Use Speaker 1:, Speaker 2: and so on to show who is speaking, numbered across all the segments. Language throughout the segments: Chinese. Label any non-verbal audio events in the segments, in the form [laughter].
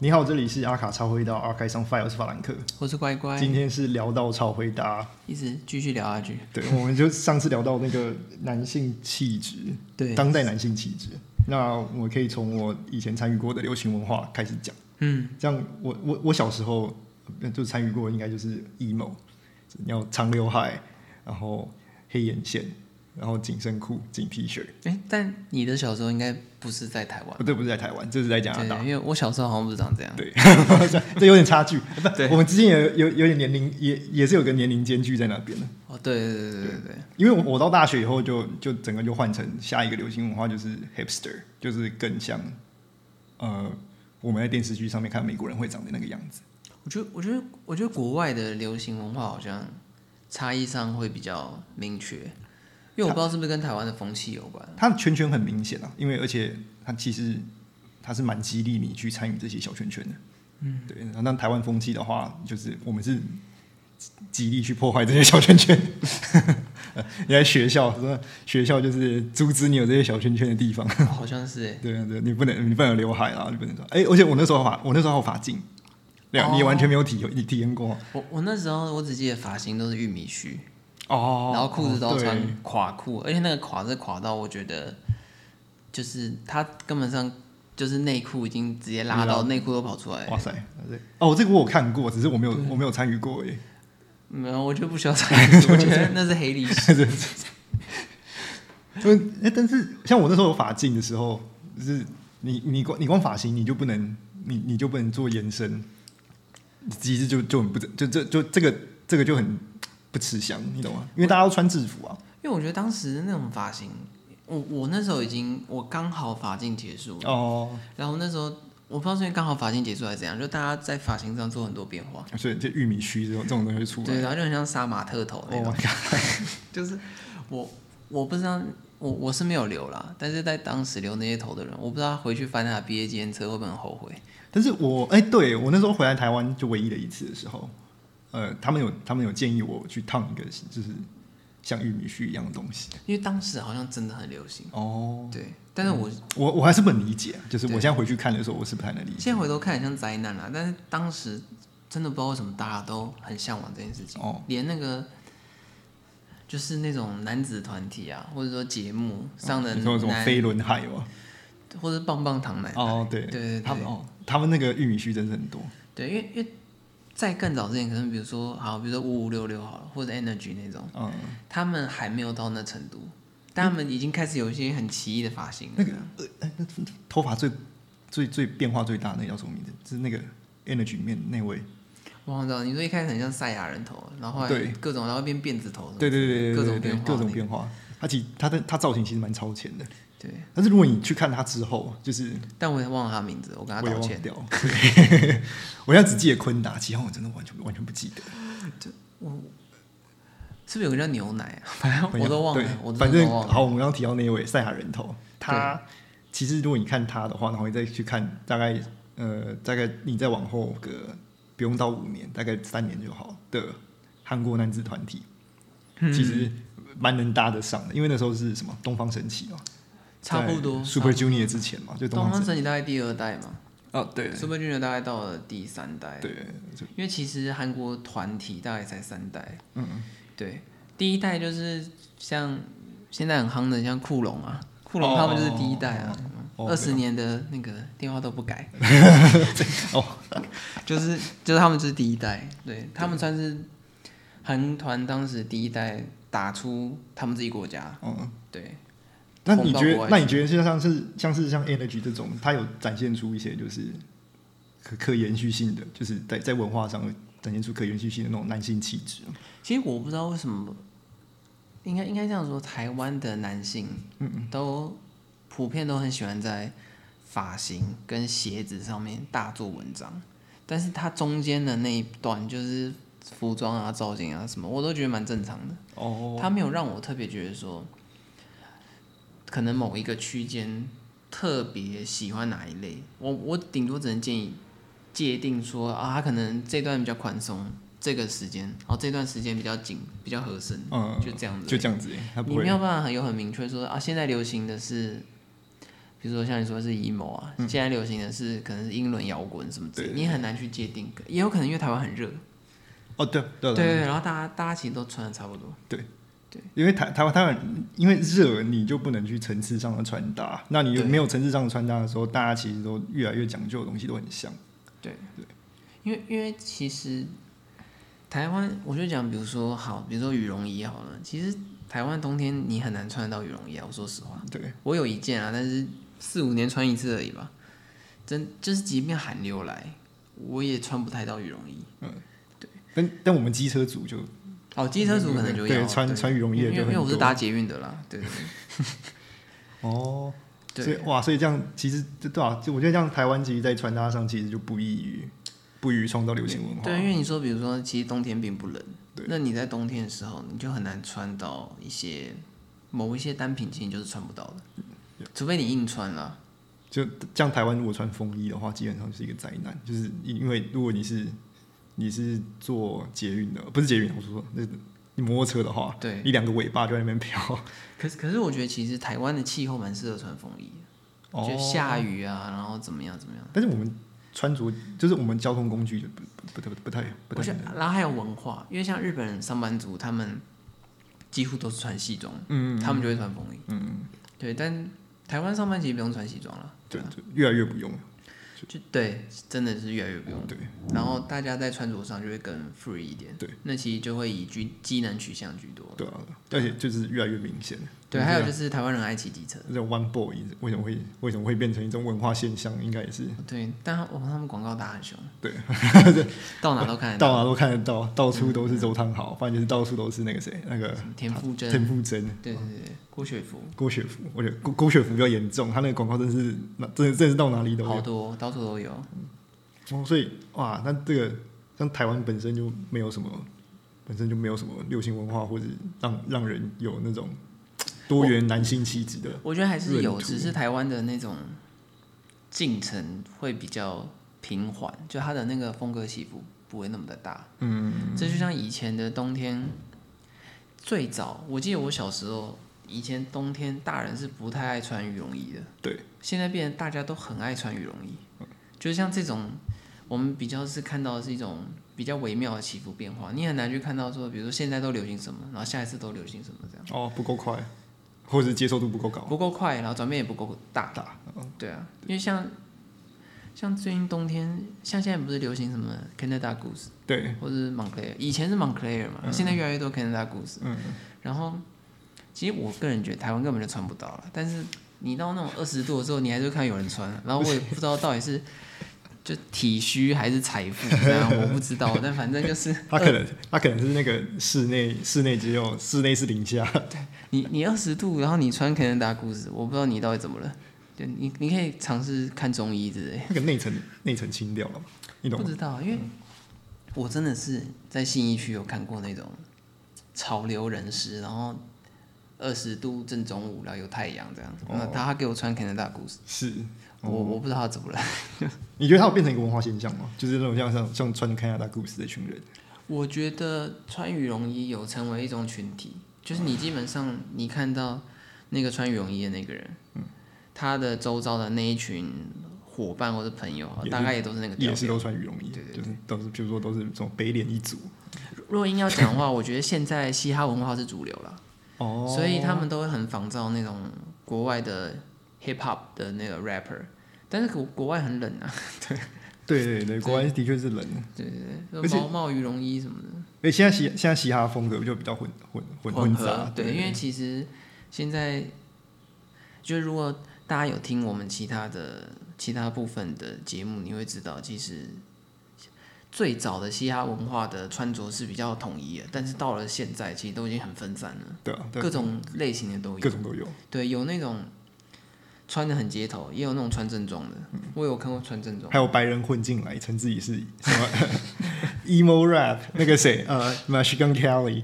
Speaker 1: 你好，这里是阿卡超会到阿开上 file，我是法兰克。
Speaker 2: 我是乖乖，
Speaker 1: 今天是聊到超回答，
Speaker 2: 一直继续聊下去。
Speaker 1: 对，我们就上次聊到那个男性气质，
Speaker 2: 对，
Speaker 1: 当代男性气质。那我可以从我以前参与过的流行文化开始讲。
Speaker 2: 嗯，
Speaker 1: 这样我，我我小时候呃就参与过，应该就是 emo，你要长刘海，然后黑眼线，然后紧身裤、紧 T 恤。
Speaker 2: 哎、但你的小时候应该不是在台湾，
Speaker 1: 哦，这不是在台湾，这是在加拿大
Speaker 2: 对，。因为我小时候好像不是长这样。
Speaker 1: 对， [laughs] 这有点差距。
Speaker 2: 对
Speaker 1: 我们之间也有有点年龄，也也是有个年龄间距在那边的。
Speaker 2: 哦，对对对对对对，
Speaker 1: 因为我我到大学以后就就整个就换成下一个流行文化就是 hipster，就是更像呃我们在电视剧上面看美国人会长的那个样子。
Speaker 2: 我觉得我觉得我觉得国外的流行文化好像差异上会比较明确，因为我不知道是不是跟台湾的风气有
Speaker 1: [laughs]
Speaker 2: 关。
Speaker 1: 它的圈圈很明显啊，因为而且它其实它是蛮激励你去参与这些小圈圈的。嗯，对。那台湾风气的话，就是我们是极力去破坏这些小圈 [laughs] 圈。你在学校，说学校就是阻止你有这些小圈圈的地方。 [laughs]
Speaker 2: 哦好像是哎，
Speaker 1: 对啊，对，你不能，你不能有刘海啊，你不能说，哎、而且我那时候发，我那时候还有发镜，对啊，
Speaker 2: 哦
Speaker 1: 你也完全没有体有你体验过
Speaker 2: 我我那时候我只记得发型都是玉米须，
Speaker 1: 哦
Speaker 2: 然后裤子都要
Speaker 1: 对
Speaker 2: 穿垮裤，而且那个垮是垮到我觉得，就是它根本上就是内裤已经直接拉
Speaker 1: 拉
Speaker 2: 到内裤都跑出来了。
Speaker 1: 哇塞，对，哦，这个我有看过，只是我没有，我没有参与过而已。
Speaker 2: 没有，我就不需要参与，我觉得那是黑历
Speaker 1: [laughs]
Speaker 2: 史。
Speaker 1: 对，哎，但是像我那时候有发镜的时候，就是你你光你光发型你就不能，你你就不能做延伸，其实就就很不正，就这就这个这个就很不吃香，你懂吗？因为大家都穿制服啊，
Speaker 2: 因为我觉得当时那种发型，我我那时候已经我刚好发镜结束，
Speaker 1: 哦，
Speaker 2: 然后那时候我不知道是因为刚好发镜结束还是怎样，就大家在发型上做很多变化，
Speaker 1: 哦所以这玉米须这种这种东西会出
Speaker 2: 对，
Speaker 1: 来。
Speaker 2: 然后就很像杀马特头那
Speaker 1: 哦
Speaker 2: 种，就是我我不知道。我我是没有留啦，但是在当时留那些头的人，我不知道他回去翻他的毕业纪念册会不会很后悔。
Speaker 1: 但是我哎、对我那时候回来台湾就唯一的一次的时候，呃，他们有他们有建议我去烫一个就是像玉米须一样的东西。
Speaker 2: 因为当时好像真的很流行，
Speaker 1: 哦，
Speaker 2: 对。但是我
Speaker 1: 我我还是不能理解，啊就是我
Speaker 2: 对
Speaker 1: 现在回去看的时候，我是不太能理解。
Speaker 2: 现在回头看很像灾难啦，但是当时真的不知道为什么大家都很向往这件事情，
Speaker 1: 哦
Speaker 2: 连那个就是那种男子团体啊，或者说节目上的
Speaker 1: 啊哦你说什么
Speaker 2: 男，
Speaker 1: 飞轮海吗？
Speaker 2: 或者是棒棒糖奶奶，
Speaker 1: 哦，对，
Speaker 2: 对对
Speaker 1: 他们
Speaker 2: 对
Speaker 1: 哦，他们那个玉米须真是很多。
Speaker 2: 对，因为因为在更早之前，可能比如说好，比如说五五六六好了，或者 Energy 那种，
Speaker 1: 嗯，
Speaker 2: 他们还没有到那程度，但他们已经开始有一些很奇异的发型了。那个
Speaker 1: 头发最最最变化最大的那个叫什么名字？是那个 Energy 里面那位。
Speaker 2: 哦我好像知道，你说一开始很像赛亚人头，然后后来
Speaker 1: 对
Speaker 2: 各种，然后变辫子头什么，
Speaker 1: 对对对对
Speaker 2: 各
Speaker 1: 对
Speaker 2: 种
Speaker 1: 对
Speaker 2: 变
Speaker 1: 对，
Speaker 2: 化
Speaker 1: 各
Speaker 2: 那
Speaker 1: 种
Speaker 2: 个
Speaker 1: 变化。他其他的他造型其实蛮超前的，
Speaker 2: 对。
Speaker 1: 但是如果你去看他之后，就是
Speaker 2: 但我也忘了他名字，我跟他
Speaker 1: 我也
Speaker 2: 道
Speaker 1: 忘
Speaker 2: 歉。
Speaker 1: 掉。 [laughs] 我现在只记得昆达，其他我真的完全完全不记得。
Speaker 2: 是不是有个叫牛奶、
Speaker 1: [laughs]
Speaker 2: 啊？反正我都忘
Speaker 1: 对
Speaker 2: 了，我真
Speaker 1: 反
Speaker 2: 的
Speaker 1: 正
Speaker 2: 都忘了。
Speaker 1: 好，我们刚刚提到那一位赛亚人头，他其实如果你看他的话，然后你再去看大概呃大概你再往后个不用到五年，大概三年就好的韩国男子团体，
Speaker 2: 嗯
Speaker 1: 其实蛮能搭得上的，因为那时候是什么东方神起嘛，
Speaker 2: 差不多。
Speaker 1: 在 Super
Speaker 2: 差
Speaker 1: Junior 之前嘛，就
Speaker 2: 不多
Speaker 1: 东
Speaker 2: 东
Speaker 1: 方
Speaker 2: 方
Speaker 1: 神
Speaker 2: 神起大概第二代嘛
Speaker 1: 哦对
Speaker 2: ，Super Junior 大概到了第三代。
Speaker 1: 对，就
Speaker 2: 因为其实韩国团体大概才三代。嗯对，第一代就是像现在很夯的，像库龙啊，库龙他们就是第一代啊，
Speaker 1: 哦
Speaker 2: 二十、年的那个电话都
Speaker 1: [laughs]
Speaker 2: 不改。
Speaker 1: 哦，
Speaker 2: [laughs] 就是就是他们就是第一代，对他们算是韩团当时第一代打出他们自己国家。
Speaker 1: 嗯。
Speaker 2: 对，
Speaker 1: 那你觉
Speaker 2: 红到国
Speaker 1: 得
Speaker 2: 外，去
Speaker 1: 那你觉得就像是像是像 energy 这种，它有展现出一些就是可可延续性的，就是在在文化上会展现出可延续性的那种男性气质吗。
Speaker 2: 其实我不知道为什么，应该应该这样说，台湾的男性，
Speaker 1: 嗯
Speaker 2: 都普遍都很喜欢在发型跟鞋子上面大做文章，但是它中间的那一段就是服装啊、造型啊什么，我都觉得蛮正常的。
Speaker 1: 哦，
Speaker 2: 它没有让我特别觉得说，可能某一个区间特别喜欢哪一类，我我顶多只能建议界定说啊，它可能这段比较宽松，这个时间，然后这段时间比较紧，比较合身，
Speaker 1: 嗯，
Speaker 2: 就这样子，
Speaker 1: 就这样子耶，它不
Speaker 2: 你没
Speaker 1: 会
Speaker 2: 有办法很有很明确说啊，现在流行的是比如说像你说的是 emo 啊，现在流行的是可能是英伦摇滚什么之类的，
Speaker 1: 对
Speaker 2: 你很难去界定，也有可能因为台湾很热，
Speaker 1: 哦，对对
Speaker 2: 对对，然后大家大家其实都穿的差不多，
Speaker 1: 因为台台湾台湾因为热，你就不能去层次上的穿搭。那你
Speaker 2: 对
Speaker 1: 没有层次上的穿搭的时候，大家其实都越来越讲究的东西都很像。
Speaker 2: 因为因为其实台湾，我就讲，比如说好，比如说羽绒衣好了，其实台湾冬天你很难穿得到羽绒衣啊。我说实话，
Speaker 1: 对，
Speaker 2: 我有一件啊，但是四五年穿一次而已吧。真就是，即便寒流来，我也穿不太到羽绒衣。
Speaker 1: 但但我们机车组就
Speaker 2: 哦，机车族可能就要
Speaker 1: 对穿穿羽绒衣
Speaker 2: 因
Speaker 1: 的
Speaker 2: 为
Speaker 1: 就
Speaker 2: 因
Speaker 1: 很
Speaker 2: 为我是
Speaker 1: 多
Speaker 2: 搭捷运的啦，对对
Speaker 1: 哦，
Speaker 2: 对
Speaker 1: 所以哇，所以这样其实这对啊，就我觉得这样台湾其实在穿搭上其实就不异于不宜于创造流行文化。
Speaker 2: 对，因为你说，比如说，其实冬天并不冷
Speaker 1: 对，
Speaker 2: 那你在冬天的时候，你就很难穿到一些某一些单品，其实你就是穿不到的，
Speaker 1: 嗯
Speaker 2: 除非你硬穿啦。
Speaker 1: 就像台湾如果穿风衣的话，基本上就是一个灾难，就是因为如果你是你是坐捷运的，不是捷运，我说那你摩托车的话，
Speaker 2: 对
Speaker 1: 一两个尾巴就在那边飘。
Speaker 2: 可是可是我觉得其实台湾的气候蛮适合穿风衣的，
Speaker 1: 哦
Speaker 2: 就下雨啊，然后怎么样怎么样。
Speaker 1: 但是我们穿着就是我们交通工具就不不不不太不
Speaker 2: 我
Speaker 1: 太
Speaker 2: 觉得，然后还有文化，因为像日本人上班族，他们几乎都是穿西装，
Speaker 1: 嗯，
Speaker 2: 他们就会穿风衣，嗯，对。但台湾上班其实不用穿西装了，
Speaker 1: 对
Speaker 2: 啊，
Speaker 1: 就越来越不用了。
Speaker 2: 就对，真的是越来越不用。
Speaker 1: 哦对，
Speaker 2: 然后大家在穿着上就会更 free 一点，
Speaker 1: 对，
Speaker 2: 那其实就会以机机能取向居多。
Speaker 1: 对啊，啊而且就是越来越明显了。
Speaker 2: 对，
Speaker 1: 就是
Speaker 2: 还有就是台湾人爱骑机车，
Speaker 1: 这种 one boy 为什么会为什么会变成一种文化现象？应该也是
Speaker 2: 对，但他哦，他们广告打很凶，
Speaker 1: 对，
Speaker 2: [laughs] 到哪都看
Speaker 1: [laughs]
Speaker 2: 得
Speaker 1: 到
Speaker 2: 到，
Speaker 1: 哪都看得到，到处都是周汤豪，不然就是到处都是那个谁，那个
Speaker 2: 什么田馥甄，
Speaker 1: 田馥甄、
Speaker 2: 对对对，
Speaker 1: 嗯
Speaker 2: 对郭雪芙，
Speaker 1: 郭雪芙。我觉得郭郭雪芙比较严重，她那个广告真是，那真的真的是到哪里都
Speaker 2: 好
Speaker 1: 有。
Speaker 2: 多到处都有。
Speaker 1: 哦、所以哇，那这个像台湾本身就没有什么，本身就没有什么流行文化，或者让让人有那种多元男性气质的。
Speaker 2: 我觉得还是
Speaker 1: 闰
Speaker 2: 有，
Speaker 1: 土
Speaker 2: 只是台湾的那种进程会比较平缓，就它的那个风格起伏不会那么的大。
Speaker 1: 嗯，
Speaker 2: 这就像以前的冬天，最早我记得我小时候，以前冬天大人是不太爱穿羽绒衣的，
Speaker 1: 对，
Speaker 2: 现在变得大家都很爱穿羽绒衣，就是像这种，我们比较是看到的是一种比较微妙的起伏变化，你很难去看到说，比如说现在都流行什么，然后下一次都流行什么这样。
Speaker 1: 哦，不够快，或者是接受度不够高。
Speaker 2: 不够快，然后转变也不够大。
Speaker 1: 哦大哦
Speaker 2: 对啊，因为像像最近冬天，像现在不是流行什么 Canada Goose
Speaker 1: 对，
Speaker 2: 或者 Montclair，以前是 Montclair 嘛，现在越来越多 Canada Goose。
Speaker 1: 嗯。
Speaker 2: 然后，其实我个人觉得台湾根本就穿不到了，但是你到那种二十度的时候，你还是会看有人穿，然后我也不知道到底是。就体虚还是财富
Speaker 1: [laughs]
Speaker 2: 这样，我不知道，但反正就是
Speaker 1: 他可能他可能是那个室内室内只有室内是零下，
Speaker 2: 你你二十度，然后你穿 Canada Goose，我不知道你到底怎么了。对你，你可以尝试看中医之类的。
Speaker 1: 那个内层内层清掉了嘛，你懂
Speaker 2: 不
Speaker 1: 吗？嗯
Speaker 2: 知道，因为我真的是在信义区有看过那种潮流人士，然后二十度正中午，然后有太阳这样。
Speaker 1: 哦
Speaker 2: 那他给我穿 Canada Goose，
Speaker 1: 是，
Speaker 2: 我我不知道他怎么了。
Speaker 1: 你觉得它有变成一个文化现象吗？就是那种像像像穿加拿大故事的群人，
Speaker 2: 我觉得穿羽绒衣有成为一种群体，就是你基本上你看到那个穿羽绒衣的那个人，
Speaker 1: 嗯
Speaker 2: 他的周遭的那一群伙伴或者朋友
Speaker 1: 也，是
Speaker 2: 大概也都是那个调
Speaker 1: 也是
Speaker 2: 调。
Speaker 1: 都穿羽绒衣，就是都是比如说都是这种北脸一族
Speaker 2: 若硬要讲的话， [laughs] 我觉得现在嘻哈文化是主流了。
Speaker 1: 哦
Speaker 2: 所以他们都会很仿照那种国外的 hip hop 的那个 rapper，但是国国外很冷啊，
Speaker 1: 对对对，国外的确是冷的，
Speaker 2: 对对
Speaker 1: 而
Speaker 2: 对，
Speaker 1: 且
Speaker 2: 毛毛羽绒衣什么的，
Speaker 1: 哎，现在嘻现在嘻哈风格就比较混混混
Speaker 2: 混
Speaker 1: 杂
Speaker 2: 合，，啊对，因为其实现在就是如果大家有听我们其他的其他部分的节目，你会知道，其实最早的嘻哈文化的穿着是比较统一的，但是到了现在，其实都已经很分散了，
Speaker 1: 对啊，对
Speaker 2: 各种类型的都有
Speaker 1: 各。种都有，
Speaker 2: 对，有那种穿的很街头，也有那种穿正装的。我有看过穿正装，
Speaker 1: 嗯还有白人混进来，称自己是什么 [laughs] emo rap 那个谁呃 Machine Gun Kelly，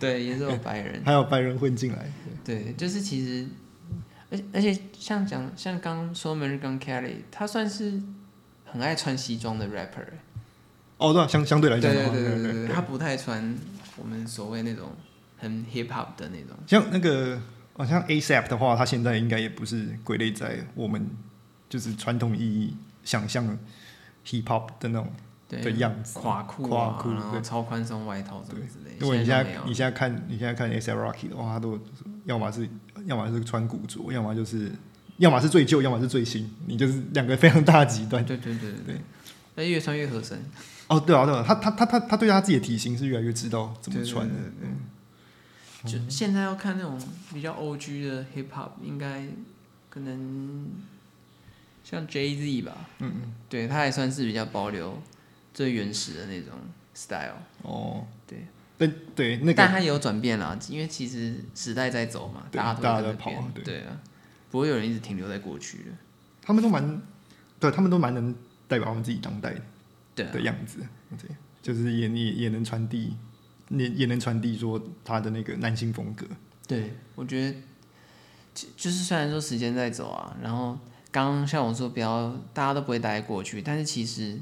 Speaker 2: 对，也是有白人。
Speaker 1: [laughs] 还有白人混进来，
Speaker 2: 对，就是其实，而且而且像讲像刚说 m a r i g a n Kelly，他算是很爱穿西装的 rapper。欸
Speaker 1: 哦，对、啊，相相对来
Speaker 2: 对
Speaker 1: 讲
Speaker 2: 对
Speaker 1: 的话，
Speaker 2: 对对对
Speaker 1: 对
Speaker 2: 对，他不太穿我们所谓那种很 hip hop 的那种。
Speaker 1: 像那个好像 ASAP 的话，它现在应该也不是归类在我们就是传统意义想象的 hip hop 的那种。
Speaker 2: 对
Speaker 1: 的样子
Speaker 2: 垮裤啊、
Speaker 1: 垮裤
Speaker 2: 然后
Speaker 1: 对
Speaker 2: 超宽松外套什么之类的。
Speaker 1: 如果你现在
Speaker 2: 现在都没
Speaker 1: 你
Speaker 2: 有
Speaker 1: 现在看你现在看 ASAP Rocky 的话，他都要么是要么是穿古着，要么就是要么是最旧，要么是最新，你就是两个非常大的极端。
Speaker 2: 对对对对
Speaker 1: 对
Speaker 2: 对，那越穿越合身，
Speaker 1: 哦，对啊，对啊，他他他他他对他自己的体型是越来越知道怎么
Speaker 2: 对对
Speaker 1: 穿的。
Speaker 2: 对对就
Speaker 1: 嗯
Speaker 2: 现在要看那种比较 O G 的 hip hop，应该可能像 Jay Z 吧，
Speaker 1: 嗯嗯，
Speaker 2: 对他还算是比较保留最原始的那种 style，
Speaker 1: 哦，
Speaker 2: 对，
Speaker 1: 但对那
Speaker 2: 但
Speaker 1: 个
Speaker 2: 他也有转变啦，因为其实时代在走嘛，
Speaker 1: 对大
Speaker 2: 大家
Speaker 1: 家
Speaker 2: 都
Speaker 1: 在
Speaker 2: 在
Speaker 1: 跑
Speaker 2: 变，
Speaker 1: 对
Speaker 2: 对啊，不会有人一直停留在过去的，
Speaker 1: 他们都蛮，对他们都蛮能代表他们自己当代
Speaker 2: 对啊
Speaker 1: 的样子，对，就是也也也能传递，也也能传递说他的那个男性风格。
Speaker 2: 对，我觉得就就是虽然说时间在走啊，然后刚刚像我说不要大家都不会待过去，但是其实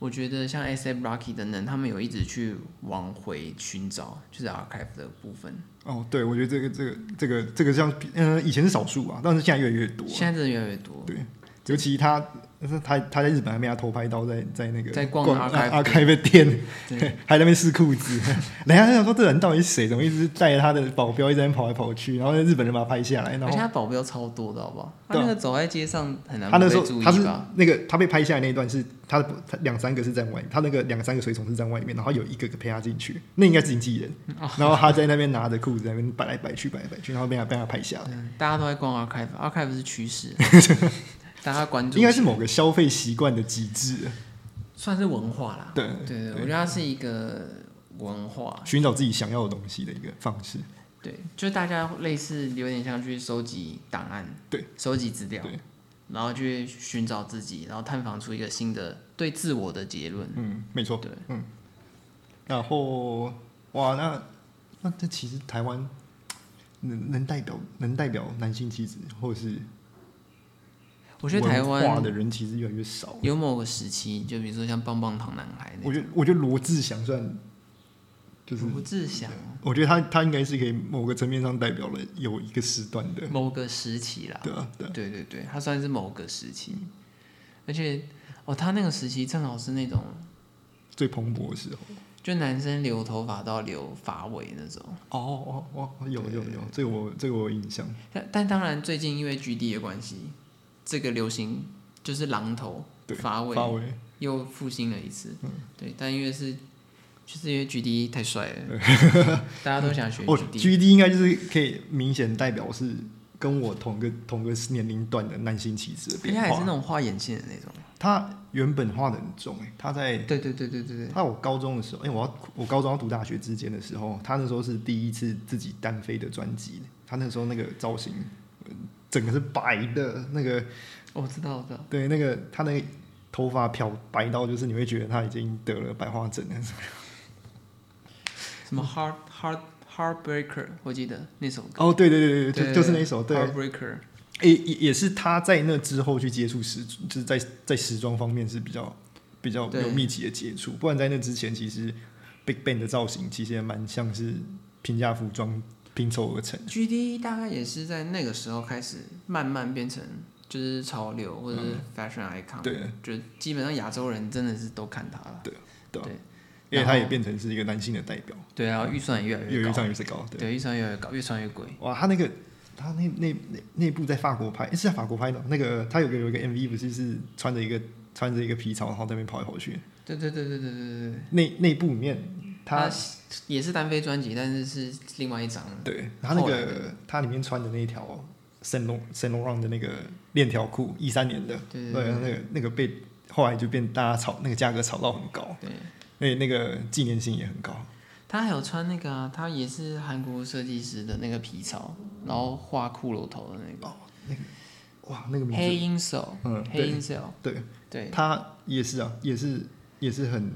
Speaker 2: 我觉得像 S F Rocky 等等，他们有一直去往回寻找，就是 archive 的部分，
Speaker 1: 哦，对，我觉得这个这个这个这个像，嗯、以前是少数啊，但是现在越来越多了。
Speaker 2: 现在真的越来越
Speaker 1: [laughs]
Speaker 2: 多。
Speaker 1: 对尤其他他他在日本还被他偷拍到在在那个
Speaker 2: 在逛
Speaker 1: 阿
Speaker 2: archive
Speaker 1: 阿开的店， [laughs]
Speaker 2: 对，
Speaker 1: 还在那边试裤子， [laughs] 人家就想说这人到底是谁？怎么一直带着他的保镖一直在那边跑来跑去？然后日本人把他拍下来，然
Speaker 2: 而
Speaker 1: 后
Speaker 2: 且他保镖超多的，好不好？他
Speaker 1: 对啊
Speaker 2: 那个走在街上很难
Speaker 1: 他那
Speaker 2: 不
Speaker 1: 时
Speaker 2: 被
Speaker 1: 候
Speaker 2: 注意
Speaker 1: 他是
Speaker 2: 吧？
Speaker 1: 那个他被拍下来那一段是他的他两三个是在外，他那个两三个随从是在外面，然后有一个陪他进去，那应该是经纪人，
Speaker 2: 嗯哦
Speaker 1: 然后他在那边拿着裤子在那边摆来摆去摆来摆去，然后被他被他拍下来，
Speaker 2: 嗯，大家都在逛 archive，archive 是趋势，
Speaker 1: [laughs]
Speaker 2: 大家关注
Speaker 1: 应该是某个消费习惯的极致，
Speaker 2: 算是文化啦。
Speaker 1: 对
Speaker 2: 对对，我觉得它是一个文化，
Speaker 1: 寻找自己想要的东西的一个方式。
Speaker 2: 对，就大家类似有点像去收集档案，
Speaker 1: 对，
Speaker 2: 收集资料
Speaker 1: 对，
Speaker 2: 然后去寻找自己，然后探访出一个新的对自我的结论。
Speaker 1: 嗯，没错。
Speaker 2: 对，
Speaker 1: 嗯。然后哇，那那这其实台湾能能代表能代表男性气质，或者是
Speaker 2: 我觉得台
Speaker 1: 文化
Speaker 2: 湾
Speaker 1: 的人其实越来越少。
Speaker 2: 有某个时期，就比如说像棒棒糖男孩那
Speaker 1: 我
Speaker 2: 种，
Speaker 1: 觉得我觉得罗志祥算就是，
Speaker 2: 罗志祥
Speaker 1: 我觉得他他应该是可以某个层面上代表了有一个时段的，
Speaker 2: 某个时期啦，
Speaker 1: 对啊对啊嗯
Speaker 2: 对对对，他算是某个时期，而且哦，他那个时期正好是那种
Speaker 1: 最蓬勃的时候。
Speaker 2: 就男生留头发到留发尾那种。
Speaker 1: 哦哦哦，有有有，这个我这个我有印象。
Speaker 2: 但但当然，最近因为 GD 的关系，这个流行就是狼头
Speaker 1: 对
Speaker 2: 发尾
Speaker 1: 发嗯尾，
Speaker 2: 又复兴了一次。对，但因为是就是因为 GD 太帅了， [laughs] 大家都想学
Speaker 1: 哦
Speaker 2: GD。
Speaker 1: ，G D 应该就是可以明显代表是跟我同个同个年龄段的男性气质的
Speaker 2: 而且
Speaker 1: 变
Speaker 2: 还是
Speaker 1: 化
Speaker 2: 那。种画眼线的那种。
Speaker 1: 他原本画的很重、欸，他在
Speaker 2: 对对对对对对，
Speaker 1: 他我高中的时候，哎、我要我高中要读大学之间的时候，他那时候是第一次自己单飞的专辑，他那时候那个造型，呃整个是白的，那个
Speaker 2: 我知道我知道。
Speaker 1: 对那个他那个头发漂白到，就是你会觉得他已经得了白化症了。
Speaker 2: 什么 Heart Heart Heartbreaker，我记得那首歌。
Speaker 1: 哦，对对对对对，就就是那一首，对，
Speaker 2: Heartbreaker。
Speaker 1: 也也也是他在那之后去接触时，就是在在时装方面是比较比较
Speaker 2: 对
Speaker 1: 有密集的接触，不然在那之前，其实 Big Bang 的造型其实也蛮像是平价服装拼凑而成。
Speaker 2: GD E 大概也是在那个时候开始慢慢变成就是潮流或者是 fashion icon，、
Speaker 1: 对，
Speaker 2: 就基本上亚洲人真的是都看他了。
Speaker 1: 对吧
Speaker 2: 对，
Speaker 1: 因为
Speaker 2: 然后
Speaker 1: 他也变成是一个男性的代表，
Speaker 2: 对啊，预算也越来
Speaker 1: 越
Speaker 2: 越
Speaker 1: 越
Speaker 2: 高，
Speaker 1: 上越是高。对，
Speaker 2: 对，预算越来越高，越算越贵。
Speaker 1: 哇，他那个他那那那那部在法国拍，诶是在法国拍的哦，那个他有个有一个 MV 不是是穿着一个穿着一个皮草，然后在那边跑来跑去，
Speaker 2: 对对对对对对对，
Speaker 1: 那那部里面他
Speaker 2: 他也是单飞专辑，但是是另外一张。
Speaker 1: 对，他那
Speaker 2: 后来
Speaker 1: 个他里面穿的那一条哦森龙森龙浪的那个链条裤，一三年的，
Speaker 2: 对
Speaker 1: 对，
Speaker 2: 对啊
Speaker 1: 那个那个被后来就变大家炒那个价格炒到很高，
Speaker 2: 对，
Speaker 1: 那那个纪念性也很高。
Speaker 2: 他还有穿那个啊，他也是韩国设计师的那个皮草，然后画骷髅头的那个
Speaker 1: 哇，那个名
Speaker 2: 黑
Speaker 1: 字，
Speaker 2: 鹰手，
Speaker 1: 嗯
Speaker 2: 黑鹰手，
Speaker 1: 对，
Speaker 2: 对
Speaker 1: 他也是啊，也是也是很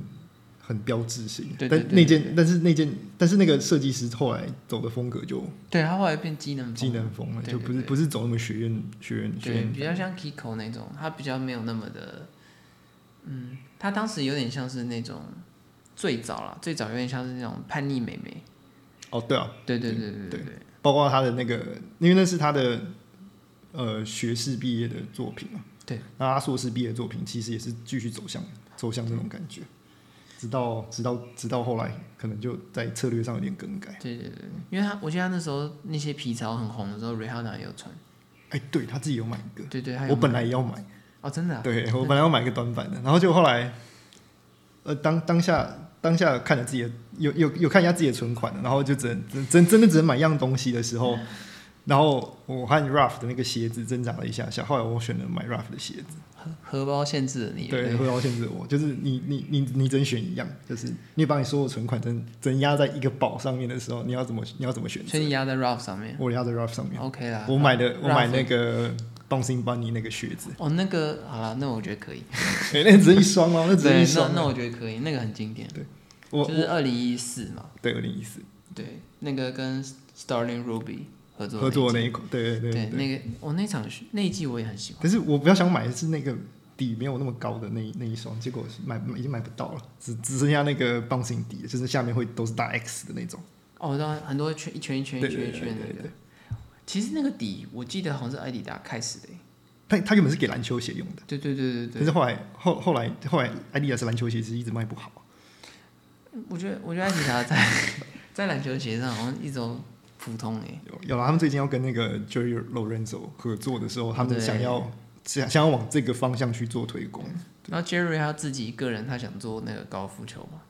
Speaker 1: 很标志性。
Speaker 2: 对对
Speaker 1: 但
Speaker 2: 对
Speaker 1: 那件，但是那件，但是那个设计师后来走的风格就
Speaker 2: 对，他后来变机能风
Speaker 1: 技能风了，
Speaker 2: 嗯对
Speaker 1: 就不是
Speaker 2: 对对
Speaker 1: 不是走那么学院学院学
Speaker 2: 对，
Speaker 1: 院
Speaker 2: 比较像 Kiko 那种，他比较没有那么的，嗯，他当时有点像是那种最早啦，最早有点像是那种叛逆妹妹，
Speaker 1: 哦，对啊，
Speaker 2: 对对对对
Speaker 1: 对
Speaker 2: 对，
Speaker 1: 包括他的那个，因为那是他的呃学士毕业的作品嘛。
Speaker 2: 对，
Speaker 1: 那他硕士毕业的作品其实也是继续走向走向这种感觉，直到直到直到后来可能就在策略上有点更改。
Speaker 2: 对对对，因为他我记得他那时候那些皮草很红的时候瑞浩娜也有穿。
Speaker 1: 哎、对他自己有买一个，
Speaker 2: 对对，还有
Speaker 1: 我本来也要买，
Speaker 2: 哦，真的、啊，
Speaker 1: 对我本来要买一个短版的，然后就后来，呃，当当下当下看着自己的有有有看一下自己的存款，然后就只能真真真的只能买一样东西的时候，然后我和 Ralph 的那个鞋子挣扎了一下下，后来我选择买 Ralph 的鞋子。
Speaker 2: 荷荷包限制了你。
Speaker 1: 对，会要限制我，就是你你你你只能选一样，就是你把你所有存款真真压在一个宝上面的时候，你要怎么你要怎么选择
Speaker 2: 所以？你压在 Ralph 上面
Speaker 1: 我压在 Ralph 上面，
Speaker 2: ，OK 啦。
Speaker 1: 我买的我
Speaker 2: Ralph-
Speaker 1: 买那个 Bouncing Bunny 那个靴子， [laughs]
Speaker 2: 哦，那个好了，那我觉得可以。
Speaker 1: 哎，那只是一双哦，那只是
Speaker 2: 对
Speaker 1: 一，
Speaker 2: 那
Speaker 1: 双
Speaker 2: 那
Speaker 1: 哦。
Speaker 2: 我觉得可以，那个很经典，
Speaker 1: 我
Speaker 2: 就是二零一四嘛，
Speaker 1: 对有点意思，
Speaker 2: 对，那个跟 Starling Ruby 合作的
Speaker 1: 合作
Speaker 2: 那
Speaker 1: 那
Speaker 2: 一
Speaker 1: 一款，对对
Speaker 2: 季对
Speaker 1: 对对。
Speaker 2: 那个我、那场是那一季我也很喜欢，
Speaker 1: 可是我比较想买的是那个底没有那么高的那一那一双，结果是买已经买不到了，只只剩下那个 Bouncing 底，就是下面会都是大 X 的那种。
Speaker 2: 哦，我知道很多圈一圈一圈一
Speaker 1: 对
Speaker 2: 圈
Speaker 1: 对
Speaker 2: 一
Speaker 1: 对
Speaker 2: 圈
Speaker 1: 对
Speaker 2: 那个
Speaker 1: 对，
Speaker 2: 其实那个底我记得好像是艾迪达开始的耶，
Speaker 1: 它它原本是给篮球鞋用的。
Speaker 2: 对对对
Speaker 1: 可
Speaker 2: 对
Speaker 1: 是
Speaker 2: 对，
Speaker 1: 后来后后来后来，艾迪达斯篮球鞋其实一直卖不好。
Speaker 2: 我觉得我觉得艾迪达在 [laughs] 在篮球鞋上好像一直都普通诶，
Speaker 1: 有有了，他们最近要跟那个 Jerry Lorenzo 合作的时候，他们
Speaker 2: 对
Speaker 1: 想要想想要往这个方向去做推广
Speaker 2: 然后 Jerry 他自己个人他想做那个高尔夫球嘛，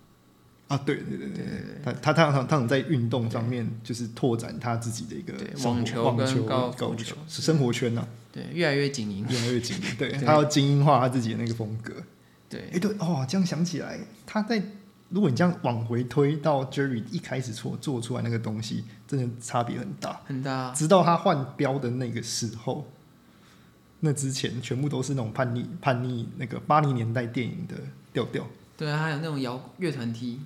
Speaker 1: 啊。对对对对对，他他他想他想在运动上面就是拓展他自己的一个
Speaker 2: 对
Speaker 1: 生活
Speaker 2: 网球
Speaker 1: 网
Speaker 2: 跟
Speaker 1: 球
Speaker 2: 高尔夫
Speaker 1: 高尔夫
Speaker 2: 球
Speaker 1: 球是生活圈呐、
Speaker 2: 对，越来越紧
Speaker 1: 啊
Speaker 2: 营，，
Speaker 1: 越来越精英。对
Speaker 2: 对
Speaker 1: 他要精英化他自己的那个风格。
Speaker 2: 对
Speaker 1: 哎、对哦，这样想起来，他在如果你这样往回推到 Jerry 一开始所做出来那个东西，真的差别很大。
Speaker 2: 很大啊，
Speaker 1: 直到他换标的那个时候，那之前全部都是那种叛逆叛逆那个八零年代电影的调调，
Speaker 2: 对啊，还有那种摇乐团梯，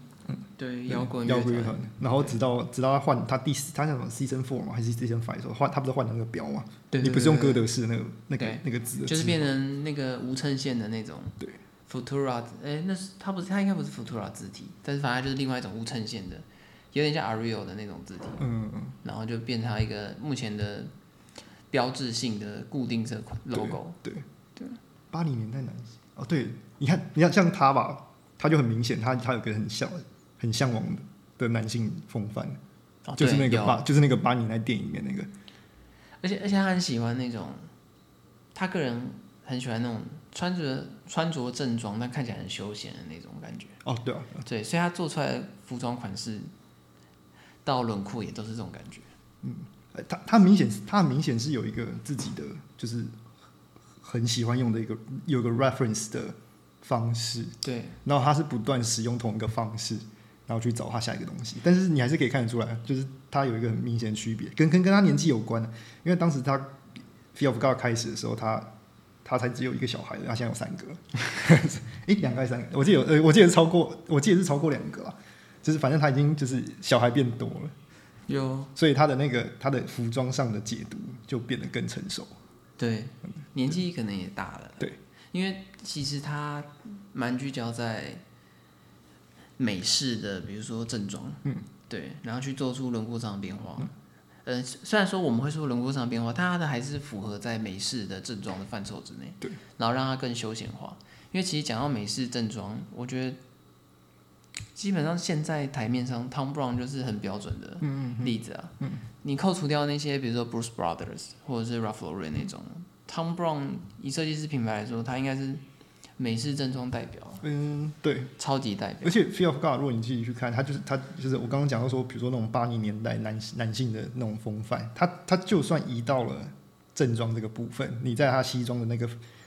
Speaker 2: 对，摇滚
Speaker 1: 嗯摇
Speaker 2: 乐
Speaker 1: 滚乐
Speaker 2: 团。
Speaker 1: 团。然后直到直到他换他第四，他叫什么 season four 嘛，还是 season five 的时候换，他不是换了那个标嘛？
Speaker 2: 对，
Speaker 1: 你不是用哥德式那个那个
Speaker 2: 对
Speaker 1: 那个字的字，
Speaker 2: 就是变成那个无衬线的那种。
Speaker 1: 对
Speaker 2: ，Futura，哎、那是它不是它应该不是 Futura 字体，但是反正就是另外一种无衬线的，有点像 Arial 的那种字体，
Speaker 1: 嗯，嗯
Speaker 2: 然后就变成它一个目前的标志性的固定这款
Speaker 1: 对
Speaker 2: logo。
Speaker 1: 嗯对
Speaker 2: 对，
Speaker 1: 八零年代男哦，对，你看你看像他吧，他就很明显，他他有个很向很向往的的男性风范，
Speaker 2: 哦
Speaker 1: 就是
Speaker 2: 对
Speaker 1: 那个
Speaker 2: 有
Speaker 1: 八就是那个八零年代电影里面那个，
Speaker 2: 而且而且他很喜欢那种，他个人很喜欢那种穿着穿着正装但看起来很休闲的那种感觉。
Speaker 1: 哦，对啊，
Speaker 2: 对，所以他做出来的服装款式到轮廓也都是这种感觉。
Speaker 1: 呃他他明显是他明显是有一个自己的，就是很喜欢用的一个有个 reference 的方式，
Speaker 2: 对，
Speaker 1: 然后他是不断使用同一个方式，然后去找他下一个东西。但是你还是可以看得出来，就是他有一个很明显的区别，跟跟跟他年纪有关，因为当时他 f e e of God 开始的时候，他他才只有一个小孩，他现在有三个， [laughs] 诶，两个还是三个？我记得有，呃，我记得超过，我记得是超过两个啊，就是反正他已经就是小孩变多了。
Speaker 2: 有
Speaker 1: 所以他的那个他的服装上的解读就变得更成熟。
Speaker 2: 对，年纪可能也大了。
Speaker 1: 对，
Speaker 2: 因为其实他蛮聚焦在美式的，比如说正装，嗯，对，然后去做出轮廓上的变化。呃，虽然说我们会说轮廓上的变化，但它的还是符合在美式的正装的范畴之内。
Speaker 1: 对，
Speaker 2: 然后让它更休闲化。因为其实讲到美式正装，我觉得基本上现在台面上 Tom Brown 就是很标准的例子啊。嗯你扣除掉那些比如说 Bruce Brothers 或者是 Ralph Lauren 那种，Tom Brown 以设计师品牌来说，他应该是美式正装代表，
Speaker 1: 嗯，对。
Speaker 2: 超级代表
Speaker 1: 而。且 Fear of God，如果你自己去看，他就是他就是我刚刚讲到说，比如说那种八零年代男男性的那种风范，他他就算移到了正装这个部分，你在他西装的那个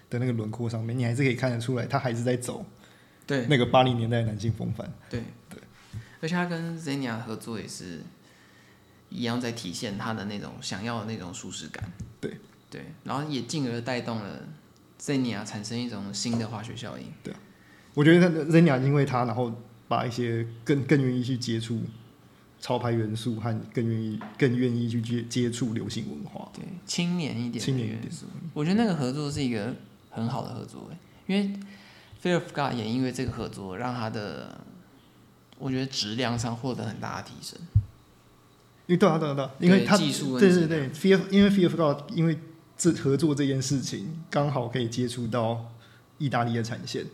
Speaker 1: 的那个轮廓上面，你还是可以看得出来，他还是在走
Speaker 2: 对
Speaker 1: 那个八零年代男性风范。
Speaker 2: 对
Speaker 1: 对，
Speaker 2: 而且他跟 Zenia 合作也是一样，在体现他的那种想要的那种舒适感。
Speaker 1: 对
Speaker 2: 对，然后也进而带动了 Zenia 产生一种新的化学效应。
Speaker 1: 我觉得他 Zenia 因为他，然后把一些更更愿意去接触潮牌元素和更愿意更愿意去接接触流行文化。
Speaker 2: 对，清廉一点，
Speaker 1: 青年一点。，
Speaker 2: 我觉得那个合作是一个很好的合作，欸因为 Fear of God 也因为这个合作，让他的我觉得质量上获得很大的提升。
Speaker 1: 因为对啊对啊对啊，因为
Speaker 2: 对
Speaker 1: 他
Speaker 2: 技术问
Speaker 1: 对
Speaker 2: 题啊
Speaker 1: 对对，Fear 因为 E Fear God 因为这合作这件事情刚好可以接触到意大利的产线，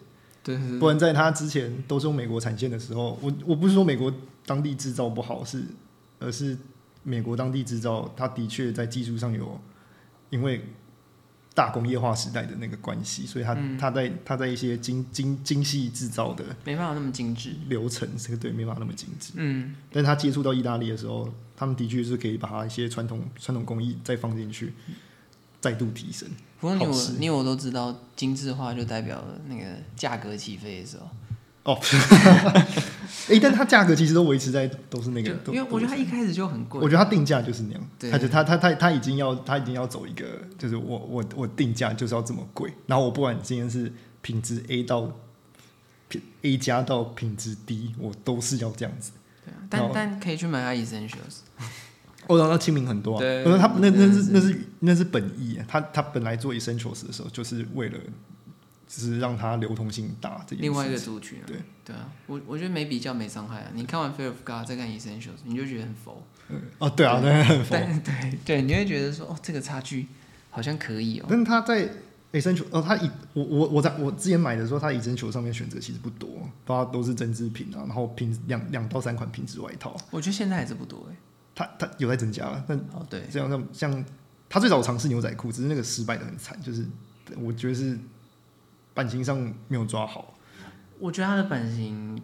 Speaker 2: 对对
Speaker 1: 不然在他之前都是用美国产线的时候，我我不是说美国当地制造不好，是而是美国当地制造，它的确在技术上有因为大工业化时代的那个关系，所以它、
Speaker 2: 嗯
Speaker 1: 它在它在一些精精精细制造的
Speaker 2: 没办法那么精致。
Speaker 1: 流程，这个对没办法那么精致。
Speaker 2: 嗯，
Speaker 1: 但是他接触到意大利的时候，他们的确是可以把它一些传统传统工艺再放进去，再度提升。
Speaker 2: 不过你
Speaker 1: 好
Speaker 2: 我
Speaker 1: 吃
Speaker 2: 你我都知道，精致化就代表了那个价格起飞的时候。
Speaker 1: 哦，哎、但它价格其实都维持在都是那个，
Speaker 2: 就
Speaker 1: 都
Speaker 2: 因为我觉得它
Speaker 1: 都
Speaker 2: 一开始就很
Speaker 1: 我
Speaker 2: 贵。
Speaker 1: 觉得它定价就是那样，
Speaker 2: 对
Speaker 1: 它就它它它它已经要它已经要走一个，就是我我我定价就是要这么贵，然后我不管今天是品质 A 到品 A 加到品质 D，我都是要这样子。
Speaker 2: 对啊，
Speaker 1: 然
Speaker 2: 但
Speaker 1: 后
Speaker 2: 但可以去买它 essentials。
Speaker 1: 哦，然后它亲民很多啊。
Speaker 2: 对
Speaker 1: 我说他那那
Speaker 2: 对
Speaker 1: 是那是那是本意啊，他他本来做 essentials 的时候，就是为了就是让它流通性大这件事情。
Speaker 2: 另外一个族群、啊。
Speaker 1: 对
Speaker 2: 对啊，我我觉得没比较没伤害啊。你看完《Fear of God》再看《Essentials》，你就觉得很浮。
Speaker 1: 嗯哦，对啊，那 [laughs] 很疯。
Speaker 2: 但对对，你会觉得说哦，这个差距好像可以哦。
Speaker 1: 但是他在 essential 哦，他以我我我在我之前买的时候，他 essential 上面选择其实不多，它都是针织品啊，然后品两两到三款品质外套，
Speaker 2: 我觉得现在还是不多哎。
Speaker 1: 它它有在增加了，但
Speaker 2: 哦，对，
Speaker 1: 这样像像他最早尝试牛仔裤，只是那个失败的很惨，就是我觉得是版型上没有抓好。
Speaker 2: 我觉得它的版型